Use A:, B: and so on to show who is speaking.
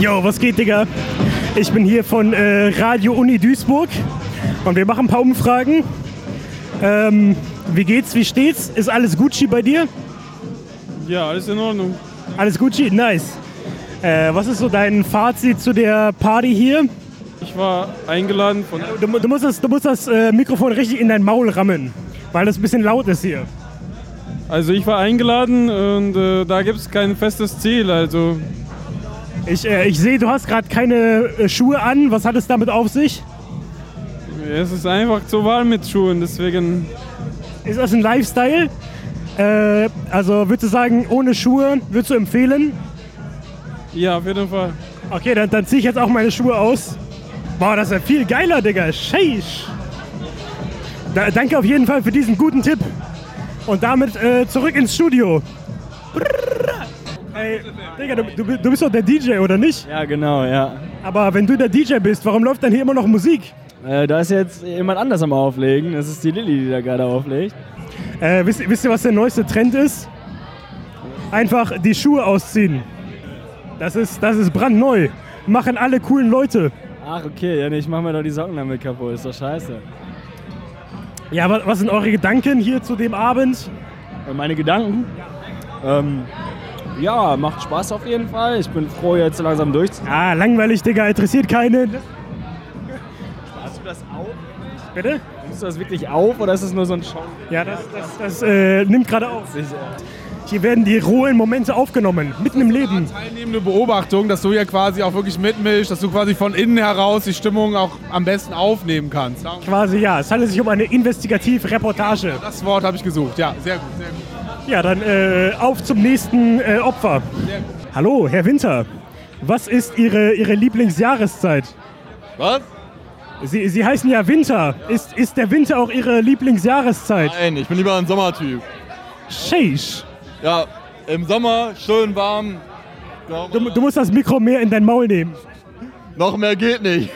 A: Yo, was geht, Digga? Ich bin hier von äh, Radio Uni Duisburg und wir machen ein paar Umfragen. Ähm, wie geht's, wie steht's? Ist alles Gucci bei dir?
B: Ja, alles in Ordnung.
A: Alles Gucci? Nice. Äh, was ist so dein Fazit zu der Party hier?
B: Ich war eingeladen von.
A: Du, mu- du musst das, du musst das äh, Mikrofon richtig in dein Maul rammen, weil das ein bisschen laut ist hier.
B: Also ich war eingeladen und äh, da gibt es kein festes Ziel. Also
A: Ich, äh, ich sehe, du hast gerade keine äh, Schuhe an. Was hat es damit auf sich?
B: es ist einfach zu warm mit Schuhen, deswegen.
A: Ist das ein Lifestyle? Äh, also würdest du sagen, ohne Schuhe würdest du empfehlen?
B: Ja, auf jeden Fall.
A: Okay, dann, dann ziehe ich jetzt auch meine Schuhe aus. Boah, das ist ja viel geiler, Digga. Sheesh. Da, danke auf jeden Fall für diesen guten Tipp. Und damit äh, zurück ins Studio. Brrrr. Ey, Digga, du, du, du bist doch der DJ, oder nicht?
C: Ja, genau, ja.
A: Aber wenn du der DJ bist, warum läuft dann hier immer noch Musik?
C: Äh, da ist jetzt jemand anders am Auflegen. Das ist die Lilly, die da gerade auflegt.
A: Äh, wisst, wisst ihr, was der neueste Trend ist? Einfach die Schuhe ausziehen. Das ist, das ist brandneu. Machen alle coolen Leute.
C: Ach, okay, ja, nee, ich mach mir doch die Socken damit kaputt. Ist doch scheiße.
A: Ja, wa- was sind eure Gedanken hier zu dem Abend?
C: Äh, Meine Gedanken? Ähm, ja, macht Spaß auf jeden Fall. Ich bin froh, jetzt so langsam durch.
A: Ah, langweilig, Digga, interessiert keinen.
C: Hast du das auf?
A: Bitte?
C: Nimmst du das wirklich auf oder ist es nur so ein Show?
A: Ja, das, das, das äh, nimmt gerade auf. Hier werden die rohen Momente aufgenommen, mitten im Leben.
D: Teilnehmende Beobachtung, dass du ja quasi auch wirklich mitmischst, dass du quasi von innen heraus die Stimmung auch am besten aufnehmen kannst.
A: Quasi ja, es handelt sich um eine Investigativ-Reportage.
D: Das Wort habe ich gesucht, ja, sehr gut, sehr gut.
A: Ja, dann äh, auf zum nächsten äh, Opfer.
D: Sehr gut.
A: Hallo, Herr Winter. Was ist Ihre, Ihre Lieblingsjahreszeit?
E: Was?
A: Sie, Sie heißen ja Winter. Ist, ist der Winter auch Ihre Lieblingsjahreszeit?
E: Nein, ich bin lieber ein Sommertyp.
A: Sheesh.
E: Ja, im Sommer schön warm. Genau.
A: Du, du musst das Mikro mehr in dein Maul nehmen.
E: Noch mehr geht nicht.